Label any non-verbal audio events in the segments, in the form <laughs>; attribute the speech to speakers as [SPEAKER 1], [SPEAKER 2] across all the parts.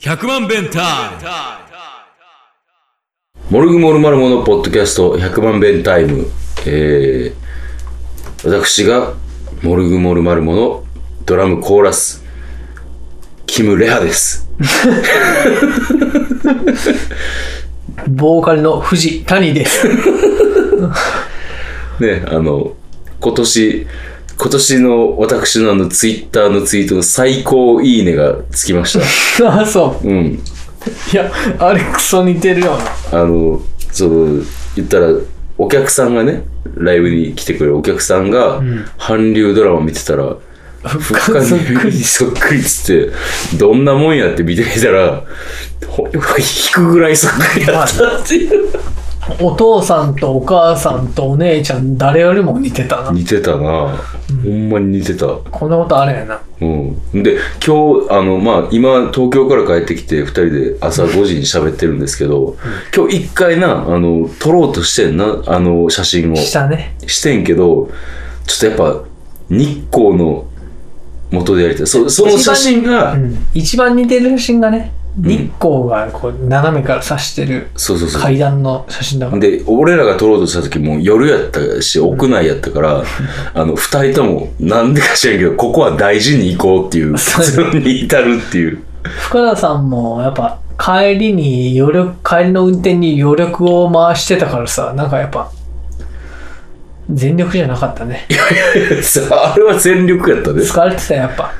[SPEAKER 1] 100万弁タイ
[SPEAKER 2] モルグモルマルモのポッドキャスト100万弁タイム、えー、私がモルグモルマルモのドラムコーラスキム・レハです
[SPEAKER 3] ボーカルの藤谷です。 <laughs>
[SPEAKER 2] ねあの今年今年の私のあのツイッターのツイートの最高いいねがつきまし
[SPEAKER 3] あ、そ
[SPEAKER 2] たうん
[SPEAKER 3] う。いや、あれクソ似てるよな。
[SPEAKER 2] あのその言ったらお客さんがねライブに来てくれるお客さんが韓流ドラマ見てたら
[SPEAKER 3] 復
[SPEAKER 2] 深
[SPEAKER 3] 活そっく
[SPEAKER 2] 見
[SPEAKER 3] り
[SPEAKER 2] に。そっくりっつってどんなもんやって見てみたらほ引くぐらいそっくりやったっていう
[SPEAKER 3] お父さんとお母さんとお姉ちゃん、誰よりも似てたな。
[SPEAKER 2] 似てたなほんまに似てた
[SPEAKER 3] こんなことあれやな。
[SPEAKER 2] うんで今日あのまあ今東京から帰ってきて2人で朝5時に喋ってるんですけど今日一回なあの撮ろうとしてんなあの写真を
[SPEAKER 3] したね。
[SPEAKER 2] してんけどちょっとやっぱ日光の元でやりたいそその写真が、
[SPEAKER 3] うん。一番似てる写真がね、日光がこう斜めから指してる
[SPEAKER 2] そうそうそう
[SPEAKER 3] 階段の写真だから。
[SPEAKER 2] で俺らが撮ろうとした時も夜やったし屋内やったから、
[SPEAKER 3] <laughs>
[SPEAKER 2] あの2人ともなんでか知らんけどここは大事に行こうっていう
[SPEAKER 3] そう
[SPEAKER 2] 結論に至るっていう <laughs>
[SPEAKER 3] 深田さんもやっぱ帰りに余力、帰りの運転に余力を回してたからさ、なんかやっぱ、全力じゃなかったね。
[SPEAKER 2] さああれは全力やったで
[SPEAKER 3] 疲れてたよやっぱ。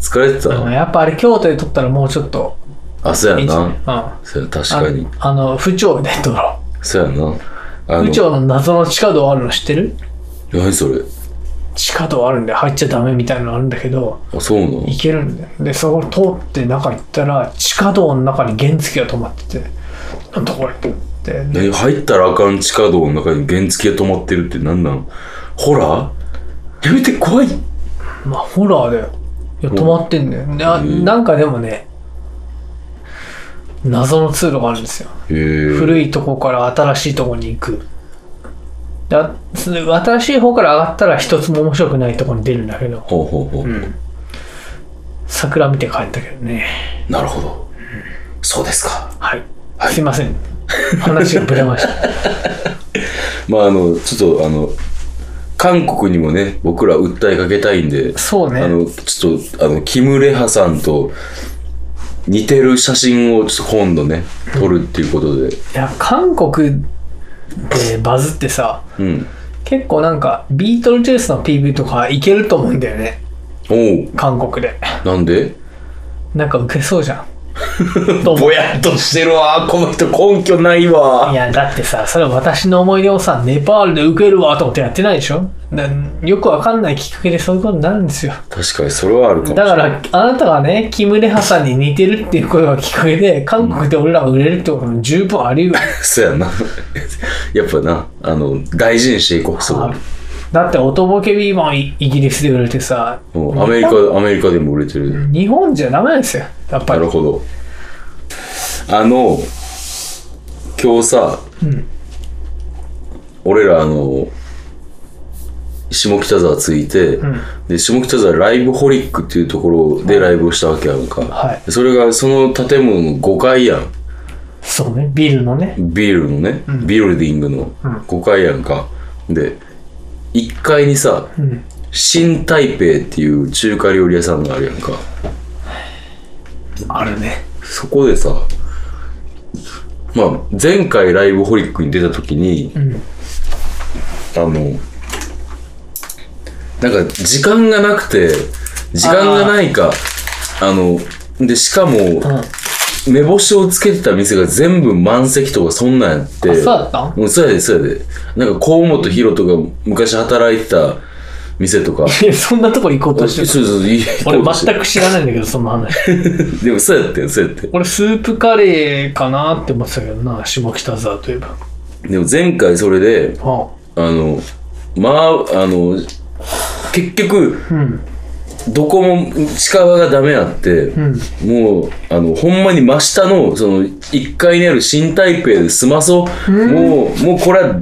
[SPEAKER 2] 疲れてた、
[SPEAKER 3] うんやっぱあれ京都で撮ったらもうちょっと
[SPEAKER 2] あそう
[SPEAKER 3] い
[SPEAKER 2] や
[SPEAKER 3] いんじゃ
[SPEAKER 2] な
[SPEAKER 3] ないうん
[SPEAKER 2] そうや確かに
[SPEAKER 3] あの府庁で撮ろ
[SPEAKER 2] そうやなあ
[SPEAKER 3] う府
[SPEAKER 2] の
[SPEAKER 3] 庁の謎の地下道あるの知ってる
[SPEAKER 2] 何それ
[SPEAKER 3] 地下道あるんで入っちゃダメみたいなのあるんだけど
[SPEAKER 2] あそうなの
[SPEAKER 3] 行けるんだよでそこ通って中行ったら地下道の中に原付が止まっててなんだこれってで
[SPEAKER 2] 何入ったらあかん地下道の中に原付が止まってるって何なんホラーやめて怖い
[SPEAKER 3] まあホラーだよいや止まってんだよななんかでもね謎の通路があるんですよ
[SPEAKER 2] へえ
[SPEAKER 3] 古いとこから新しいとこに行くだその新しい方から上がったら一つも面白くないとこに出るんだけど
[SPEAKER 2] ほうほうほう、
[SPEAKER 3] 桜見て帰ったけどね
[SPEAKER 2] なるほどそうですか
[SPEAKER 3] はい、すいません話がぶれました
[SPEAKER 2] まああのちょっとあの韓国にもね僕ら訴えかけたいんで、
[SPEAKER 3] そう
[SPEAKER 2] あ
[SPEAKER 3] ね
[SPEAKER 2] のちょっとあのキム・レハさんと似てる写真をちょっと今度ね撮るっていうことで
[SPEAKER 3] いや韓国でバズってさ
[SPEAKER 2] うん、
[SPEAKER 3] 結構なんかビートルジュースの PV とかいけると思うんだよね
[SPEAKER 2] お
[SPEAKER 3] 韓国で
[SPEAKER 2] おなんで
[SPEAKER 3] なんかウケそうじゃんと思う
[SPEAKER 2] ぼやっとしてるわこの人根拠ないわ
[SPEAKER 3] いやだってさそれは私の思い出をさネパールでウケるわと思ってやってないでしょなよくわかんないきっかけでそういうことになるんですよ
[SPEAKER 2] 確かにそれはあるかもしれ
[SPEAKER 3] だ
[SPEAKER 2] ない
[SPEAKER 3] からあなたがねキム・レハさんに似てるっていうことがきっかけで韓国で俺らが売れるってことも十分あり得る
[SPEAKER 2] そうやな <laughs> やっぱなあの大事にしていこうそこ
[SPEAKER 3] あだって、おとぼけビーマンイイギリスで売れてさ、
[SPEAKER 2] うんアメリカアメリカでも売れてる、
[SPEAKER 3] 日本じゃダメなんですよ。やっぱ
[SPEAKER 2] な
[SPEAKER 3] り
[SPEAKER 2] る。ほどあの今日さ、俺らあの下北沢着いて、で下北沢ライブホリックっていうところでライブをしたわけやんか、
[SPEAKER 3] は
[SPEAKER 2] それがその建物の5階やん
[SPEAKER 3] そうね、ビルのね。
[SPEAKER 2] ビルのね、ビルディングの5階やんかで1階にさ、新台北っていう中華料理屋さんがあるやんか
[SPEAKER 3] あるね。
[SPEAKER 2] そこでさ、まあ、前回ライブホリックに出た時に、あの、なんか時間がなくて、時間がないか、あの、で、しかも、目星をつけてた店が全部満席とかそんなんやって。
[SPEAKER 3] あそうだったん
[SPEAKER 2] うん、そうやで、そうやで。なんか、河本ヒロとか昔働いてた店とか。
[SPEAKER 3] <laughs> いやそんなとこ行こうとして
[SPEAKER 2] そう
[SPEAKER 3] る。
[SPEAKER 2] そうそう、いい
[SPEAKER 3] 俺全く知らないんだけど、その話。
[SPEAKER 2] でも、そうやってん、そうやってん。
[SPEAKER 3] 俺、スープカレーかなって思ってたけどな、下北沢といえば。
[SPEAKER 2] でも、前回それで、
[SPEAKER 3] あ
[SPEAKER 2] あのまああの結局、どこも近場がダメあって、もうあのほんまに真下のその1階にある新台北で済まそう、もうもうこれは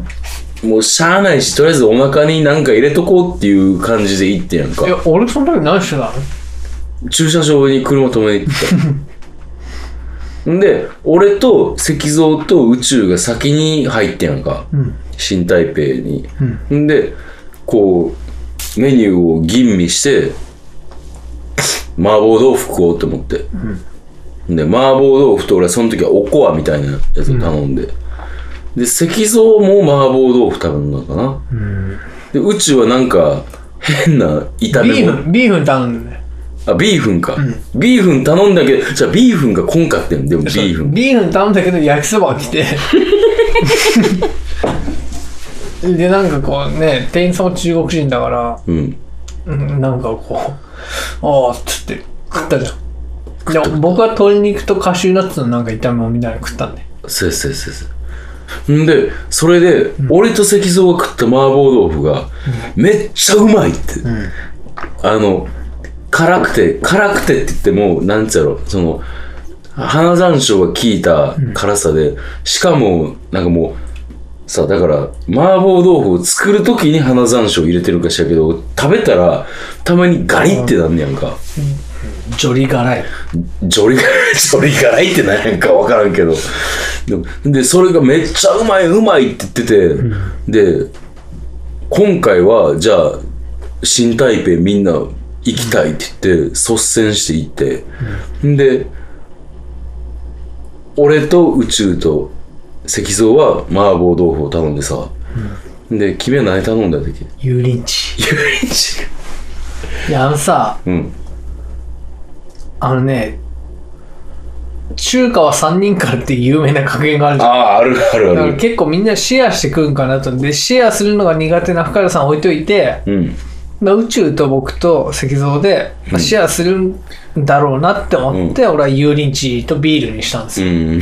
[SPEAKER 2] もうしゃあないしとりあえずお腹になんか入れとこうっていう感じで行ってやんか
[SPEAKER 3] え、俺その時何してたの
[SPEAKER 2] 駐車場に車止めに行
[SPEAKER 3] <laughs>
[SPEAKER 2] ったんで俺と石像と宇宙が先に入ってやんか、
[SPEAKER 3] ん
[SPEAKER 2] 新台北に、ん、でこうメニューを吟味して麻婆豆腐食おうと思って、で麻婆豆腐と俺はその時はおこわみたいなやつを頼んで、で石像も麻婆豆腐頼んだのかな、で宇宙はなんか変な炒め
[SPEAKER 3] ビ
[SPEAKER 2] 物
[SPEAKER 3] ーフン、ビーフン頼んだね。
[SPEAKER 2] あ、ビーフンか。ビーフン頼んだけど、じゃあビーフンがこんかってんでもビーフン。
[SPEAKER 3] ビーフン頼んだけど焼きそばが来
[SPEAKER 2] <laughs>
[SPEAKER 3] てでなんかこうね店員さんも中国人だから、
[SPEAKER 2] うん。
[SPEAKER 3] うんなんかこうああっつって食ったじゃんでも僕は鶏肉とカシューナッツのなんか炒め物みたいなの食ったんで
[SPEAKER 2] そうですそうですそうです。んで、それで、俺と石像が食った麻婆豆腐が、めっちゃうまいって。あの、辛くて、辛くてって言っても、なんつうやろ、その、花山椒が効いた辛さで、しかも、なんかもう、さだから麻婆豆腐を作る時に花山椒入れてるかしらけど食べたらたまにガリってなんねやんか、
[SPEAKER 3] ジョリ辛い
[SPEAKER 2] ジョリ辛い、 <laughs> ジョリ辛いって何やんか分からんけど。でもで、それがめっちゃうまい、うまいって言ってて、で、今回は、じゃあ、新台北みんな行きたいって言って、率先して行って、で、俺と宇宙と石像は麻婆豆腐を頼んでさ、で、君は何頼んだ時
[SPEAKER 3] 油淋鶏
[SPEAKER 2] 油淋鶏。
[SPEAKER 3] いやあのさ
[SPEAKER 2] うん。
[SPEAKER 3] あのね中華は3人からっていう有名な格言があるじゃん
[SPEAKER 2] ああ、あるある
[SPEAKER 3] だ
[SPEAKER 2] あ
[SPEAKER 3] から
[SPEAKER 2] る。
[SPEAKER 3] 結構みんなシェアしてくんかなと。で、シェアするのが苦手な深田さん置いといて、
[SPEAKER 2] うん。
[SPEAKER 3] まあ宇宙と僕と石像で、まあシェアするんだろうなって思って、俺は油淋鶏とビールにしたんです
[SPEAKER 2] う
[SPEAKER 3] よ。
[SPEAKER 2] ん。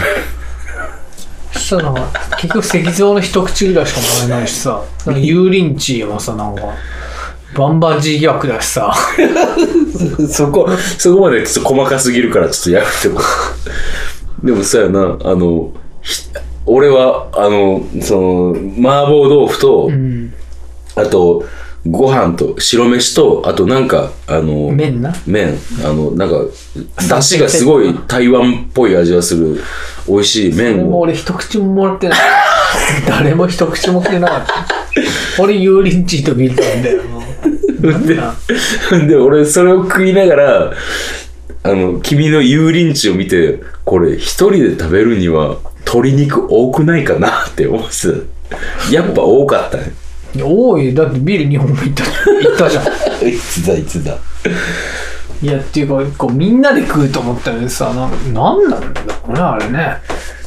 [SPEAKER 3] そしたらなんか、結局石像の一口ぐらいしかもらえないしさ、なんか油淋鶏もさ、なんか、バンバンジー疑惑だしさ、
[SPEAKER 2] そこ、そこまでちょっと細かすぎるから、ちょっとやめても。でもさやな、あの、ひ俺は、あの、その、麻婆豆腐と、あと、ご飯と、白飯と、あとなんか、あの、
[SPEAKER 3] 麺な。
[SPEAKER 2] 麺、あの、なんか、出汁がすごい台湾っぽい味がする、美味しい
[SPEAKER 3] で
[SPEAKER 2] 麺
[SPEAKER 3] も
[SPEAKER 2] を。
[SPEAKER 3] 俺一口ももらってない。誰も一口も食ってなかった。俺油淋鶏とビールなんだよ。もうなんだ
[SPEAKER 2] で、 <laughs> 俺、それを食いながら、あの、君の油淋鶏を見て、これ、一人で食べるには、鶏肉多くないかなって思ってた。やっぱ多かったね。
[SPEAKER 3] いや多いよだってビール2本もいったいったじゃん
[SPEAKER 2] いつだ、いつだ。
[SPEAKER 3] いやっていうかこうみんなで食うと思ったのにさななんなんだろうねあれね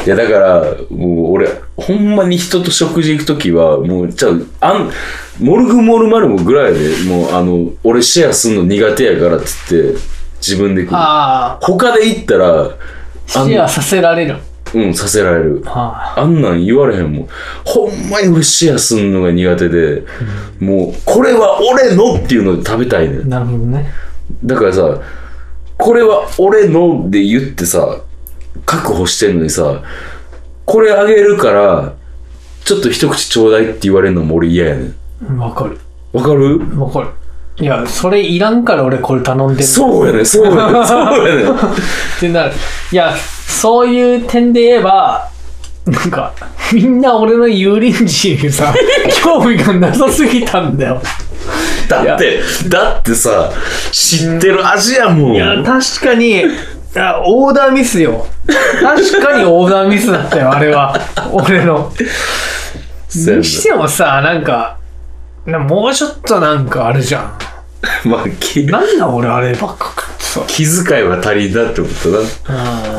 [SPEAKER 2] いや、だから、もう俺、ほんまに人と食事行くときは、もう、ちゃう、あん、モルグモルマルモぐらいで、もう、あの、俺シェアすんの苦手やからって言って、自分で食う。
[SPEAKER 3] ああ
[SPEAKER 2] 他で行ったら、
[SPEAKER 3] シェアさせられる
[SPEAKER 2] うん、させられる。
[SPEAKER 3] はあ
[SPEAKER 2] あんなん言われへんもん。ほんまに俺シェアすんのが苦手で、もう、これは俺のっていうので食べたいねん。
[SPEAKER 3] なるほどね
[SPEAKER 2] だからさ、これは俺ので言ってさ、確保してんのにさ、これあげるから、ちょっと一口ちょうだいって言われるのも俺嫌やねん。
[SPEAKER 3] わかる
[SPEAKER 2] わかる
[SPEAKER 3] わかるいやそれいらんから俺これ頼んでるっ
[SPEAKER 2] そうやねん、そうやねん、そうや
[SPEAKER 3] <laughs>
[SPEAKER 2] ねん。
[SPEAKER 3] てなるいやそういう点で言えばなんかみんな俺の油淋鶏に <laughs> さ興味がなさすぎたんだよ
[SPEAKER 2] だって、だってさ、知ってる味やもん。
[SPEAKER 3] いや、確かに、あオーダーミスよ。確かにオーダーミスだったよ、あれは。俺の。
[SPEAKER 2] そうやね
[SPEAKER 3] にしてもさ、なんか、なもうちょっとなんかあるじゃん。
[SPEAKER 2] んまあ、気
[SPEAKER 3] なんだ俺あればっか食ってさ。
[SPEAKER 2] 気遣いは足りんなってことだ。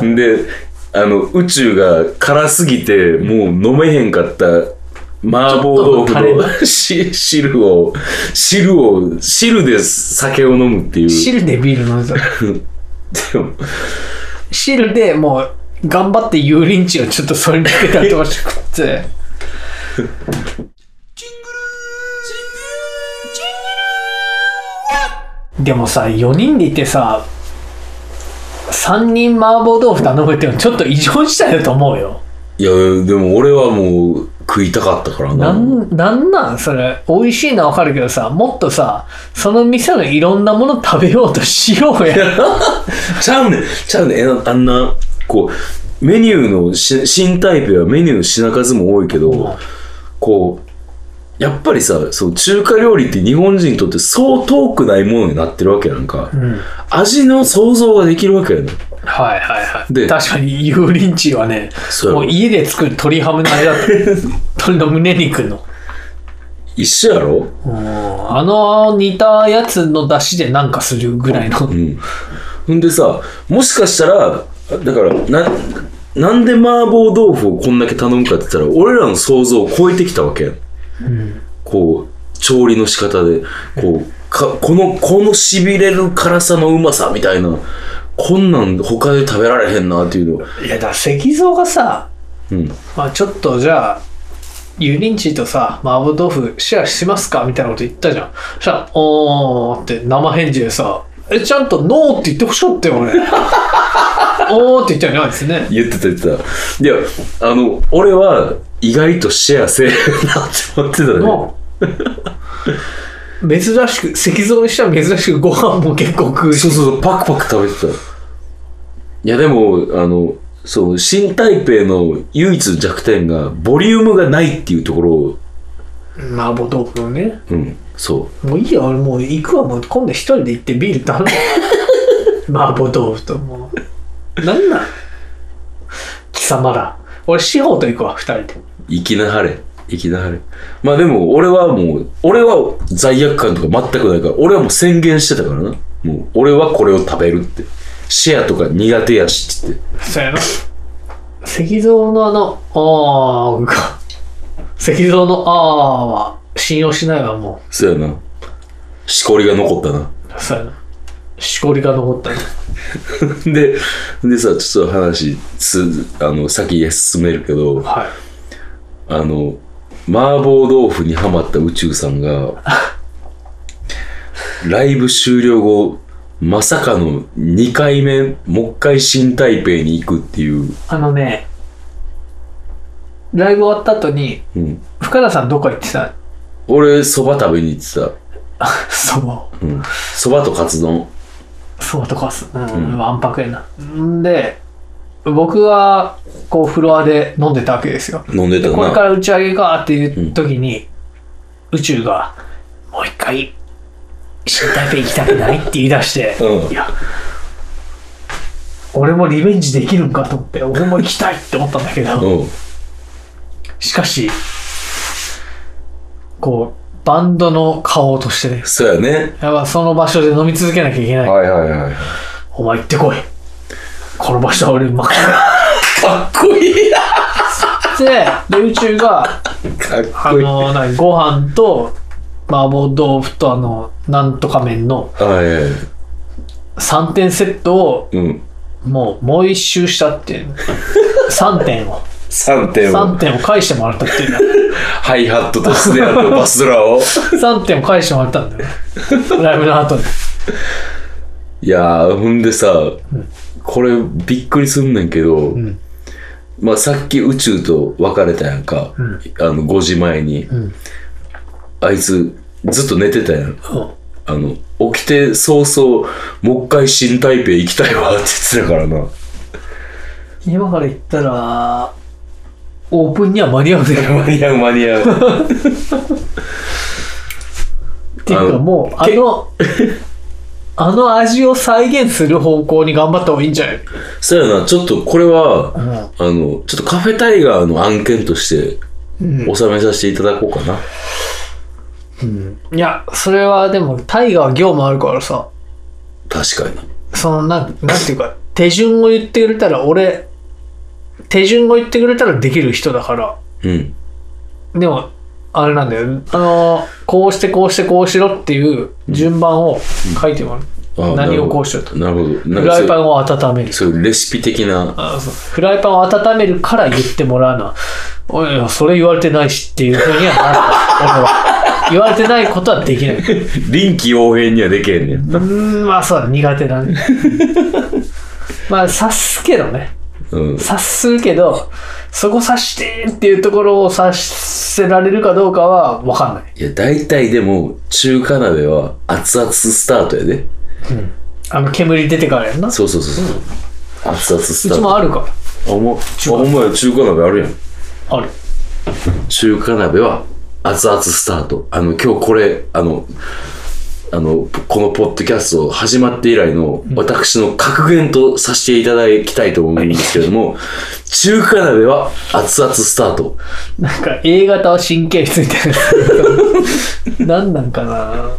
[SPEAKER 3] うん
[SPEAKER 2] であの宇宙が辛すぎてもう飲めへんかった麻婆豆
[SPEAKER 3] ちょっとの
[SPEAKER 2] 腐のし汁を汁を汁で酒を飲むっていう
[SPEAKER 3] 汁でビール飲んでた。
[SPEAKER 2] でも
[SPEAKER 3] 汁でもう、頑張って油淋鶏をちょっとそれにつけたりとかして食って。でもさ、4人でいてさ、3人麻婆豆腐頼むっていうのはちょっと異常事態だと思うよ。
[SPEAKER 2] いやでも俺はもう食いたかったから
[SPEAKER 3] な
[SPEAKER 2] な。
[SPEAKER 3] ん、なんなんそれ。美味しいのはわかるけどさ、もっとさ、その店のいろんなもの食べようとしようや。
[SPEAKER 2] ちゃうねんちゃうねんえなあんな、こう、メニューのし新タイプやメニューの品数も多いけど、こう、やっぱりさ、そう、中華料理って日本人にとってそう遠くないものになってるわけやんか。
[SPEAKER 3] うん。
[SPEAKER 2] 味の想像ができるわけやねん。
[SPEAKER 3] はいはいはい。
[SPEAKER 2] で
[SPEAKER 3] 確かに、油淋鶏はね、
[SPEAKER 2] そう
[SPEAKER 3] もう家で作る鶏ハムのあれだった。鶏の胸肉の。
[SPEAKER 2] 一緒やろ
[SPEAKER 3] うんあの煮たやつの出汁でなんかするぐらいの。
[SPEAKER 2] うん。ほんでさ、もしかしたら、だから、な、なんで麻婆豆腐をこんだけ頼むかって言ったら、俺らの想像を超えてきたわけやん。こう、調理の仕方で、こう、かこの、この痺れる辛さのうまさみたいな、こんなん他で食べられへんなっていうの。
[SPEAKER 3] いや、だから石像がさ、
[SPEAKER 2] うん。
[SPEAKER 3] まあ、ちょっとじゃあ、油淋鶏とさ、麻婆豆腐シェアしますかみたいなこと言ったじゃん。そしたら、おーって生返事でさ、え、ちゃんとノーって言ってほしかったよ、俺。 <laughs> おーって言ったよね、あいつね。
[SPEAKER 2] 言ってた言ってた。いや、あの、俺は意外とシェアせえへんなって思ってたね。
[SPEAKER 3] もう、珍しく、石像にしては珍しくご飯も結構食うし
[SPEAKER 2] そう。そうそう、パクパク食べてた。いや、でも、あの、そう、新台北の唯一弱点が、ボリュームがないっていうところを、
[SPEAKER 3] 麻婆豆腐のね。
[SPEAKER 2] うん、そ
[SPEAKER 3] もういいよ、俺もう行くわ、もう今度一人で行ってビール <laughs> 頼む。麻婆豆腐ともう。なんなん貴様ら。俺、司法と行くわ、二人で。
[SPEAKER 2] う、生きなはれ、生きなはれ。まあでも、俺はもう、俺は罪悪感とか全くないから、俺はもう宣言してたからな。もう、俺はこれを食べるって。シェアとか苦手やしって言って。
[SPEAKER 3] そうやな。石像のあの、あーが、石像のあーは信用しないわ、も
[SPEAKER 2] そうやな。しこりが残ったな。 <laughs>
[SPEAKER 3] う。そうやな。しこりが残ったね。
[SPEAKER 2] で、でさ、ちょっと話す、あの、先へ進めるけど、
[SPEAKER 3] はい。
[SPEAKER 2] あの、麻婆豆腐にハマった宇宙さん
[SPEAKER 3] <laughs>
[SPEAKER 2] が、ライブ終了後、まさかの2回目、もう一回新台北に行くっていう。
[SPEAKER 3] あのね、ライブ終わった後に、
[SPEAKER 2] うん、
[SPEAKER 3] 深田さんどこ行ってた
[SPEAKER 2] 俺、そば食べに行って
[SPEAKER 3] そばを。
[SPEAKER 2] た。うん。そばとカツ丼。
[SPEAKER 3] そうとかす、うん、
[SPEAKER 2] うん
[SPEAKER 3] わんぱくやな。んで、僕は、こう、フロアで飲んでたわけですよ。
[SPEAKER 2] 飲んでた
[SPEAKER 3] これか
[SPEAKER 2] な。
[SPEAKER 3] ら打ち上げかっていう時に、宇宙が、もう一回、新台北行きたくないって言い出して、
[SPEAKER 2] <laughs> うん
[SPEAKER 3] いや、俺もリベンジできるんかと思って、俺も行きたいって思ったんだけど、
[SPEAKER 2] うん。
[SPEAKER 3] しかし、こう、バンドの顔としてね、
[SPEAKER 2] そうやね。
[SPEAKER 3] やっぱその場所で飲み続けなきゃいけない。
[SPEAKER 2] はいはいはい。
[SPEAKER 3] お前行ってこい。この場所は俺に任 <laughs> せろ
[SPEAKER 2] かっこいいな
[SPEAKER 3] で、で宇宙が、
[SPEAKER 2] かっ
[SPEAKER 3] あ
[SPEAKER 2] こいい。は
[SPEAKER 3] の、何ご飯と、麻婆豆腐とあの、なんとか麺の
[SPEAKER 2] いはい。
[SPEAKER 3] 3点セットを、
[SPEAKER 2] うん。
[SPEAKER 3] もう、もう一周したっていう。3点を。
[SPEAKER 2] 3点
[SPEAKER 3] 3
[SPEAKER 2] を。
[SPEAKER 3] 点を返してもらったっていう
[SPEAKER 2] ハイハットとスネアとバスドラを。
[SPEAKER 3] 3点を返してもらったんだよね。ライブの後に。
[SPEAKER 2] いやー、ほんでさ、これびっくりすんねんけど、
[SPEAKER 3] ん
[SPEAKER 2] まあさっき宇宙と別れたやんか、
[SPEAKER 3] ん
[SPEAKER 2] あの5時前に、
[SPEAKER 3] ん
[SPEAKER 2] あいつずっと寝てたやん。
[SPEAKER 3] うん
[SPEAKER 2] あの、起きて早々、もう一回新台北行きたいわって言ってたからな。 <laughs>
[SPEAKER 3] 今から言ったら、オープンには間に合うぜ。
[SPEAKER 2] 間に合う間に合
[SPEAKER 3] <laughs>
[SPEAKER 2] う。
[SPEAKER 3] っていう
[SPEAKER 2] あ
[SPEAKER 3] か
[SPEAKER 2] の
[SPEAKER 3] もうあのあの味を再現する方向に頑張った方がいいんじゃない、
[SPEAKER 2] そうやな、ちょっとこれは、あの、ちょっとカフェタイガーの案件として、収めさせていただこうかな。
[SPEAKER 3] いやそれはでもタイガーは業務あるからさ
[SPEAKER 2] 確かに。
[SPEAKER 3] そのなんなんていうか手順を言ってくれたら俺手順を言ってくれたらできる人だから
[SPEAKER 2] うん。
[SPEAKER 3] でもあれなんだよあのこうしてこうしてこうしろっていう順番を書いてもらう、
[SPEAKER 2] あ
[SPEAKER 3] 何をこうしろと
[SPEAKER 2] なるほど。な
[SPEAKER 3] フ
[SPEAKER 2] んか
[SPEAKER 3] ラ
[SPEAKER 2] そう
[SPEAKER 3] イパンを温める
[SPEAKER 2] そういうレシピ的な。
[SPEAKER 3] あそうフライパンを温めるから言ってもらうのは、おいおいそれ言われてないしっていうふうにはなる俺は。言われてないことはできない。う
[SPEAKER 2] 臨機応変にはできへんねん。
[SPEAKER 3] <laughs> ーん、まあそうだ、苦手だね。まあ、察すけどね。
[SPEAKER 2] うん。
[SPEAKER 3] 察するけど、そこ察してっていうところを察せられるかどうかは分かんない。
[SPEAKER 2] いや、大体でも、中華鍋は熱々スタートやで。
[SPEAKER 3] あの、煙出てからやんな。う
[SPEAKER 2] そうそうそうそう。熱々スター
[SPEAKER 3] ち
[SPEAKER 2] ト。
[SPEAKER 3] もあるか
[SPEAKER 2] あ、お前、あお前中華鍋あるやん。
[SPEAKER 3] ら。ある。
[SPEAKER 2] 中華鍋は熱々スタート。あの、今日これ、あの、あの、このポッドキャスト始まって以来の私の格言とさせていただきたいと思うんですけれども、中華鍋は熱々スタート。
[SPEAKER 3] なんか A 型は神経質みたいな。 <laughs> なんなんかな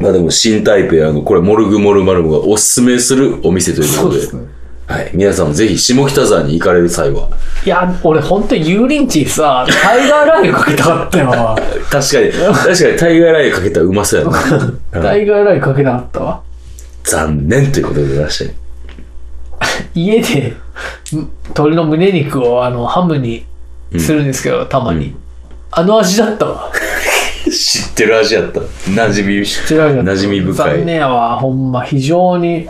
[SPEAKER 2] まあでも新タイプやあの、これモルグモルマルモがおすすめするお店ということで、
[SPEAKER 3] ね。
[SPEAKER 2] はい。皆さんもぜひ下北沢に行かれる際は、
[SPEAKER 3] いや、俺ほんと油淋鶏さ、タイガーライフかけたかっ
[SPEAKER 2] <laughs>
[SPEAKER 3] たわ。
[SPEAKER 2] 確か
[SPEAKER 3] <laughs>
[SPEAKER 2] に、確かにタイガーラインかけたらうまそうやな。は
[SPEAKER 3] タ
[SPEAKER 2] い
[SPEAKER 3] イガーライフかけなかったわ。
[SPEAKER 2] 残念ということでございまして。
[SPEAKER 3] 家でん鶏の胸肉をあのハムにするんですけど、たまに、あの味だったわ
[SPEAKER 2] 知ってる味やった。馴染み、
[SPEAKER 3] 知らんかった
[SPEAKER 2] 馴染み深
[SPEAKER 3] 残
[SPEAKER 2] い。
[SPEAKER 3] 念やわほんま非常に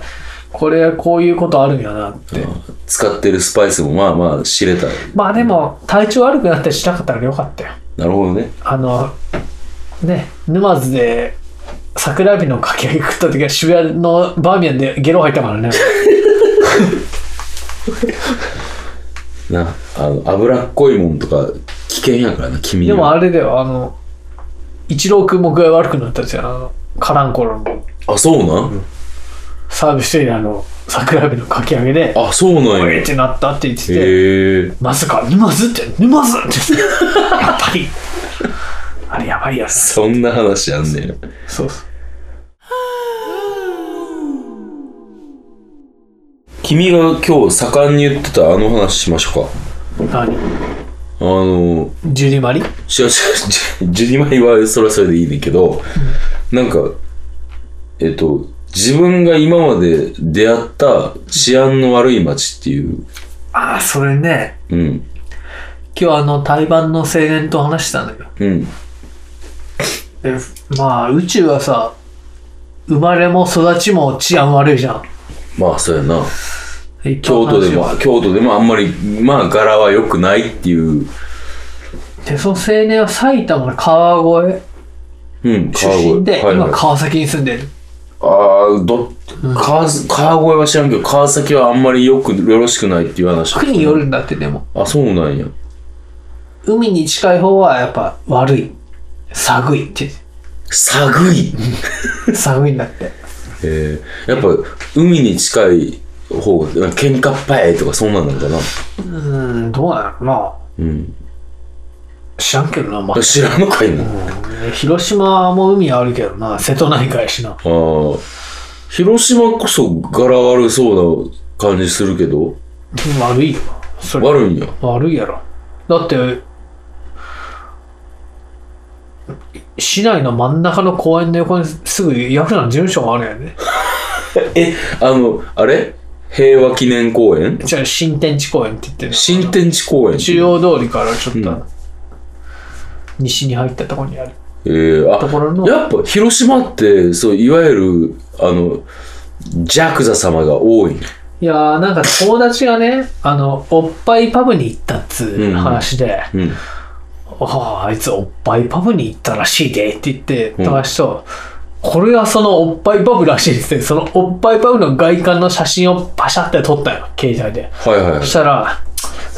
[SPEAKER 3] これこういうことあるんやなって、
[SPEAKER 2] 使ってるスパイスもまあまあ知れた。
[SPEAKER 3] まあでも体調悪くなったりしなかったらよかったよ
[SPEAKER 2] なるほどね。
[SPEAKER 3] あのね沼津で桜エビのかき揚げ食った時は渋谷のバーミヤンでゲロ吐いたからね
[SPEAKER 2] な、あの、脂っこいもんとか危険やからな、君に
[SPEAKER 3] でも
[SPEAKER 2] は。
[SPEAKER 3] あれだよあの一郎君も具合悪くなったじゃんあのカランコロの
[SPEAKER 2] あ、そうなん、
[SPEAKER 3] サービスエリアの桜エビのかき揚げで、
[SPEAKER 2] あ、そうなん
[SPEAKER 3] おい
[SPEAKER 2] や
[SPEAKER 3] っ。てなったって言ってて、
[SPEAKER 2] へえ。
[SPEAKER 3] まさか、沼津って、沼津って、やっぱり、あれやばいやつ。
[SPEAKER 2] そんな話あんねん。
[SPEAKER 3] そうそう。
[SPEAKER 2] 君が今日盛んに言ってたあの話しましょうか。
[SPEAKER 3] 何
[SPEAKER 2] あの、
[SPEAKER 3] ジュディマリ
[SPEAKER 2] 違う違う、ジュジュディマリはそれはそれでいいねんけど、なんか、えっと、自分が今まで出会った治安の悪い街っていう、
[SPEAKER 3] ああ、それね、
[SPEAKER 2] うん、
[SPEAKER 3] 今日あの、台湾の青年と話したのよ。
[SPEAKER 2] うん、
[SPEAKER 3] でまあ、宇宙はさ、生まれも育ちも治安悪いじゃん。
[SPEAKER 2] まあそうやな。
[SPEAKER 3] で
[SPEAKER 2] 京都で。
[SPEAKER 3] 今日話
[SPEAKER 2] も
[SPEAKER 3] を、
[SPEAKER 2] 京都でもあんまり、まあ柄は良くないっていう、
[SPEAKER 3] で、その青年は埼玉の川越
[SPEAKER 2] うん、
[SPEAKER 3] 出身で、
[SPEAKER 2] はいは
[SPEAKER 3] 今
[SPEAKER 2] い、
[SPEAKER 3] 川崎に住んでる。
[SPEAKER 2] ああ、ど、川ず、川越は知らんけど、川崎はあんまりよく、よろしくないっていう話。
[SPEAKER 3] 区によるんだって、でも。
[SPEAKER 2] あ、そうなんや。
[SPEAKER 3] 海に近い方はやっぱ悪い。寒いって。
[SPEAKER 2] 寒い
[SPEAKER 3] 寒いんだって。
[SPEAKER 2] えー、やっぱ海に近い方がなんか喧嘩っぱいとかそんなんなんかな、
[SPEAKER 3] うーん、どうなのかな
[SPEAKER 2] うん、
[SPEAKER 3] 知らんけどな、まあ。
[SPEAKER 2] 知らんのかいな、あ
[SPEAKER 3] 広島も海あるけどな、瀬戸内海やしな。
[SPEAKER 2] ー広島こそ柄悪そうな感じするけど
[SPEAKER 3] 悪いよ。それ
[SPEAKER 2] 悪いんや
[SPEAKER 3] 悪いやろ。だって、市内の真ん中の公園の横にすぐヤクザの事務所があるよね。
[SPEAKER 2] えあのあれ平和記念公園
[SPEAKER 3] じゃあ新天地公園って言ってる。
[SPEAKER 2] 新天地公園
[SPEAKER 3] 中央通りからちょっ
[SPEAKER 2] う
[SPEAKER 3] と
[SPEAKER 2] ん
[SPEAKER 3] 西に入ったところにある。
[SPEAKER 2] えー、あ
[SPEAKER 3] ところの
[SPEAKER 2] やっぱ広島ってそういわゆるあのジャクザ様が多い
[SPEAKER 3] いやーなんか友達がね、あの、おっぱいパブに行ったっつう話で、
[SPEAKER 2] うん
[SPEAKER 3] ああ、あいつおっぱいパブに行ったらしいでって言って、
[SPEAKER 2] ん
[SPEAKER 3] 友達と、これはそのおっぱいパブらしいですね。そのおっぱいパブの外観の写真をパシャって撮ったよ、携帯で。
[SPEAKER 2] はいはい
[SPEAKER 3] そしたら、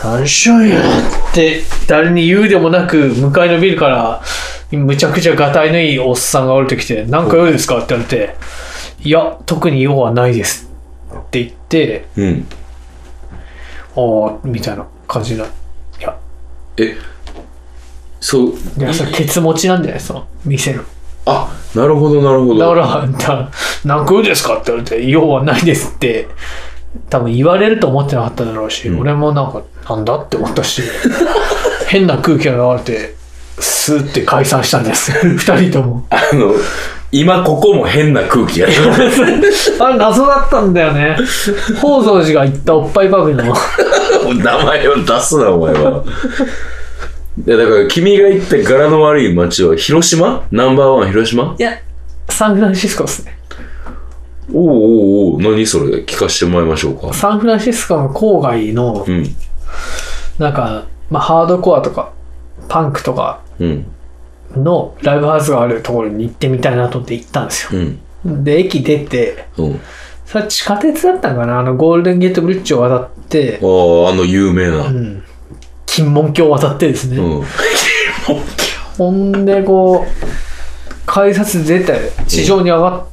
[SPEAKER 3] 何しようやって、誰に言うでもなく、向かいのビルから、むちゃくちゃがたいのいいおっさんが降りてきて、なんか用ですかって言われて、いや、特に用はないですって言って、
[SPEAKER 2] うん
[SPEAKER 3] ああみたいな感じな。いや、
[SPEAKER 2] えそう
[SPEAKER 3] いやそれケツ持ちなんじゃないその店の。
[SPEAKER 2] あなるほどなるほど
[SPEAKER 3] だから、だ何個ですかって言われて、用はないですって、多分言われると思ってなかっただろうし、俺もなんか、なんだって思ったし、変な空気が流れて、スーって解散したんです。 <laughs> 二人とも。
[SPEAKER 2] あの、今ここも変な空気 <laughs> やる。
[SPEAKER 3] あれ、謎だったんだよね。宝蔵寺が行ったおっぱいパブの。
[SPEAKER 2] 名前を出すな、お前は。いや、だから君が言った柄の悪い街は広島ナンバーワン広島
[SPEAKER 3] いや、サンフランシスコですね。
[SPEAKER 2] おうおうおう何それ聞かせてもらいましょうか
[SPEAKER 3] サンフランシスコの郊外の
[SPEAKER 2] う、ん
[SPEAKER 3] なんか、まあ、ハードコアとか、パンクとか
[SPEAKER 2] うん
[SPEAKER 3] のライブハウスがあるところに行ってみたいなと思って行ったんですよ。
[SPEAKER 2] うん
[SPEAKER 3] で、駅出て、
[SPEAKER 2] うん
[SPEAKER 3] それ地下鉄だったのかなあの、ゴールデンゲートブリッジを渡っ
[SPEAKER 2] あああ
[SPEAKER 3] て、
[SPEAKER 2] の有名な
[SPEAKER 3] うん。金門橋を渡ってですね。
[SPEAKER 2] <laughs> うん
[SPEAKER 3] ほんで、こう、改札出て、地上に上がっ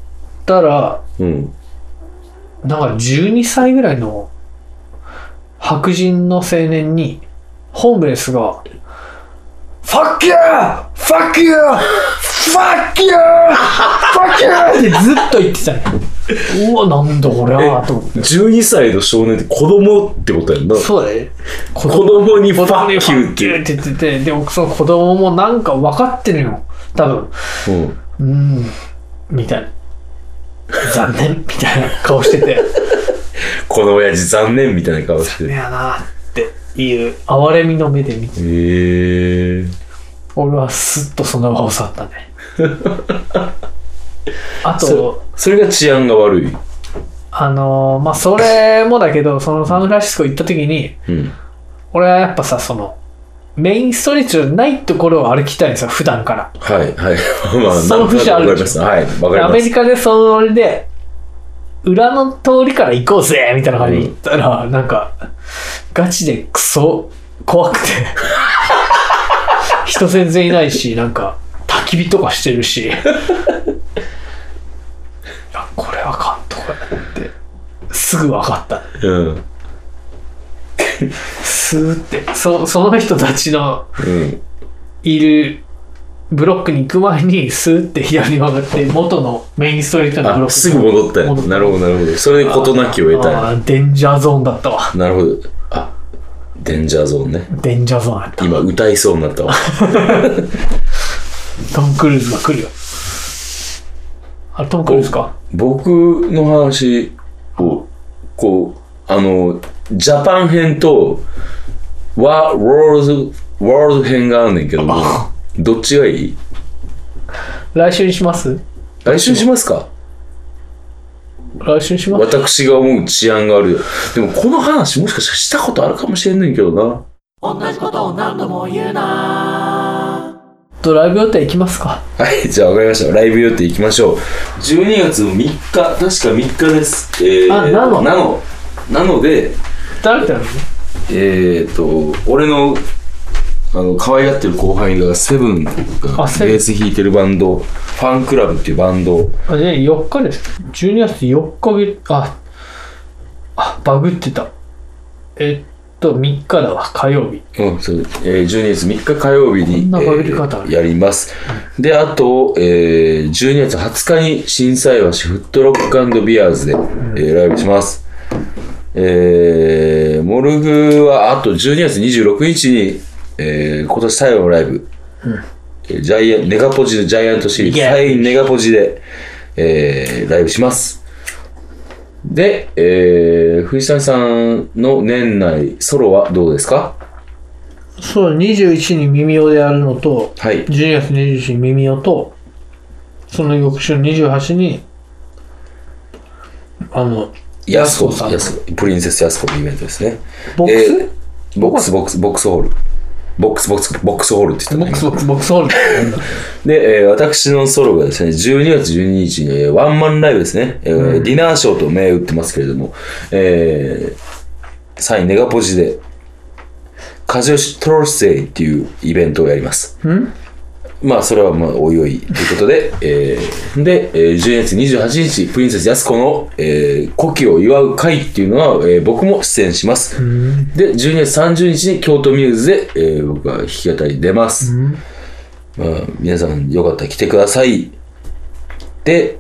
[SPEAKER 3] たら、
[SPEAKER 2] うん
[SPEAKER 3] なんか12歳ぐらいの白人の青年に、ホームレスが、ファッキューファッキューファッキュ
[SPEAKER 2] <laughs>
[SPEAKER 3] ーファッキューってずっと言ってた
[SPEAKER 2] <laughs>
[SPEAKER 3] よ。うわ、なんだこれはと思って。
[SPEAKER 2] 12歳の少年って子供ってことやんな
[SPEAKER 3] そうだね。子
[SPEAKER 2] 子供にファッキ
[SPEAKER 3] キ
[SPEAKER 2] ュー
[SPEAKER 3] ュ
[SPEAKER 2] っ
[SPEAKER 3] ってて言ってて、でもその子供もなんか分かってるよ。多分。
[SPEAKER 2] うん
[SPEAKER 3] うーん、みたいな。残念、みたいな顔してて。
[SPEAKER 2] この親父残念みたいな顔して
[SPEAKER 3] い
[SPEAKER 2] へ
[SPEAKER 3] やなっていう、哀れみの目で見て、
[SPEAKER 2] え
[SPEAKER 3] 俺はスッとその場を去 <laughs> ったね。あ
[SPEAKER 2] そ
[SPEAKER 3] と、
[SPEAKER 2] それが治安が悪い
[SPEAKER 3] あのーまあ、それもだけど、そのサンフランシスコ行った時に、
[SPEAKER 2] うん
[SPEAKER 3] 俺はやっぱさ、その、メインストリートじゃないところを歩きたいんですよ、普段から。
[SPEAKER 2] はいはい <laughs> まあ
[SPEAKER 3] その節ある
[SPEAKER 2] わかりますはいわかり
[SPEAKER 3] ア
[SPEAKER 2] ま
[SPEAKER 3] メリ
[SPEAKER 2] す
[SPEAKER 3] カでそのノリで裏の通りから行こうぜみたいな感じで行ったら、なんかガチでクソ怖くて人全然いないしなんか焚き火とかしてるしいやこれはかんとかってすぐ分かった
[SPEAKER 2] うんうん
[SPEAKER 3] スーってそその人たちのいるブロックに行く前にスーって左に曲がって元のメインストリートのブロッ
[SPEAKER 2] あ
[SPEAKER 3] ク
[SPEAKER 2] すぐ戻ったよ
[SPEAKER 3] 戻った
[SPEAKER 2] なるほどなるほどそれで事なきを得たんや
[SPEAKER 3] あーデンジャーゾーンだったわ。
[SPEAKER 2] なるほどあデンジャーゾーンね
[SPEAKER 3] デンジャーゾーンだった。
[SPEAKER 2] 今歌いそうになったわ
[SPEAKER 3] トム・クルーズが来るよ。あれ、トム・クルーズか
[SPEAKER 2] 僕の話をこうあのジャパン編とワワールドワールド編があんねんけどもどっちがいい
[SPEAKER 3] 来週にします
[SPEAKER 2] 来週しますか
[SPEAKER 3] 来週にします
[SPEAKER 2] 私が思う治安があるよでもこの話もしかしたらしたことあるかもしれんねんけどな
[SPEAKER 3] とライブ予定行きますか
[SPEAKER 2] はいじゃあ分かりましたライブ予定いきましょう12月の3日確か3日ですえー、
[SPEAKER 3] あなの
[SPEAKER 2] なのなので
[SPEAKER 3] 誰だろうね。
[SPEAKER 2] えー、と俺のあの可愛がってる後輩がセブンがベ
[SPEAKER 3] あセブン
[SPEAKER 2] ース弾いてるバンドファンクラブっていうバンド
[SPEAKER 3] あ、じゃあ4日です。12月4日び、あ、あ、バグってた。えっと、3日だわ、火曜日。
[SPEAKER 2] うんそうえー、12月3日火曜日に
[SPEAKER 3] こんな
[SPEAKER 2] え
[SPEAKER 3] バグり方ある
[SPEAKER 2] ーやりますであと、えー、12月20日に心斎橋フットロックビアーズで、えーライブしますえー、モルグはあと12月26日に、えー、今年最後のライブ、えージャイアンネガポジのジャイアントシリーズ
[SPEAKER 3] いけ
[SPEAKER 2] サインネガポジで、えー、ライブしますで、えー、藤谷さんの年内ソロはどうですか
[SPEAKER 3] そう、21に耳をでやるのと、
[SPEAKER 2] はい
[SPEAKER 3] 12月21日に耳をと、その翌週の28に、あの、
[SPEAKER 2] やすこ
[SPEAKER 3] やすこさん
[SPEAKER 2] やすこプリンセスやすこのイベントですね。
[SPEAKER 3] ボックス、
[SPEAKER 2] えーボックス、ボックス、ボックスホール。ボックス、ボックス、ボックスホールって言
[SPEAKER 3] ボ
[SPEAKER 2] っ
[SPEAKER 3] ッ
[SPEAKER 2] てた
[SPEAKER 3] クス
[SPEAKER 2] ね。
[SPEAKER 3] ボックスボックスホールってなんだ
[SPEAKER 2] で、えー私のソロがですね、12月12日にえーワンマンライブですね、えーディナーショーと銘打ってますけれども、えー、サインネガポジで、カジオシトロセイっていうイベントをやります。
[SPEAKER 3] ん
[SPEAKER 2] まあ、それはまあ、おいおいということで、えーで、えー12月28日、プリンセスやすこの、えー、古希を祝う会っていうのは、えー僕も出演します。で、12月30日に京都ミューズで、えー僕は弾き語り出ます。まあ、皆さん、よかったら来てください。で、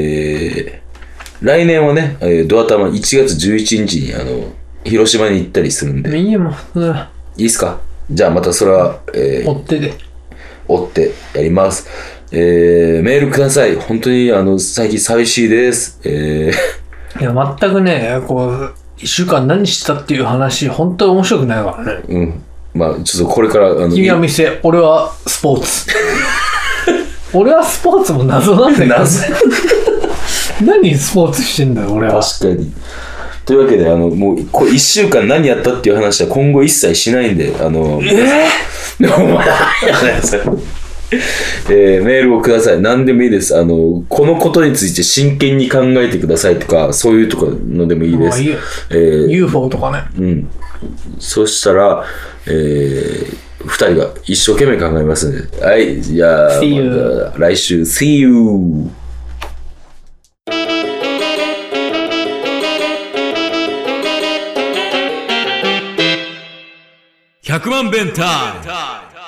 [SPEAKER 2] えー来年はね、えードア玉1月11日に、あの、広島に行ったりするんで、い
[SPEAKER 3] いいよもううん
[SPEAKER 2] いですかじゃあまたそれは、えー
[SPEAKER 3] 追ってで
[SPEAKER 2] 追ってやります。えーメールください。本当に、あの、最近寂しいです。え
[SPEAKER 3] いや全くねこう1週間何したっていう話本当に面白くないからね
[SPEAKER 2] ー <laughs> うん。まあ、ちょっとこれから、あの、
[SPEAKER 3] 君は店俺はス <laughs> ポーツ俺はスポーツも謎なんだけど
[SPEAKER 2] 謎
[SPEAKER 3] <laughs> 何スポーツしてんだよ、俺は。
[SPEAKER 2] 確かに。というわけで、あの、もう、これ1週間何やったっていう話は今後一切しないんで、あ <laughs> の、えぇ、お前やらないですかえーメールをください。何でもいいです。あの、このことについて真剣に考えてくださいとか、そういうとかのでもいいです。
[SPEAKER 3] まあいいよ
[SPEAKER 2] えー
[SPEAKER 3] UFO とかね。
[SPEAKER 2] うん。そしたら、えー、二人が一生懸命考えますんで。はい、じゃあ、
[SPEAKER 3] See you.
[SPEAKER 2] また来週、See you!
[SPEAKER 1] !100 万弁タイム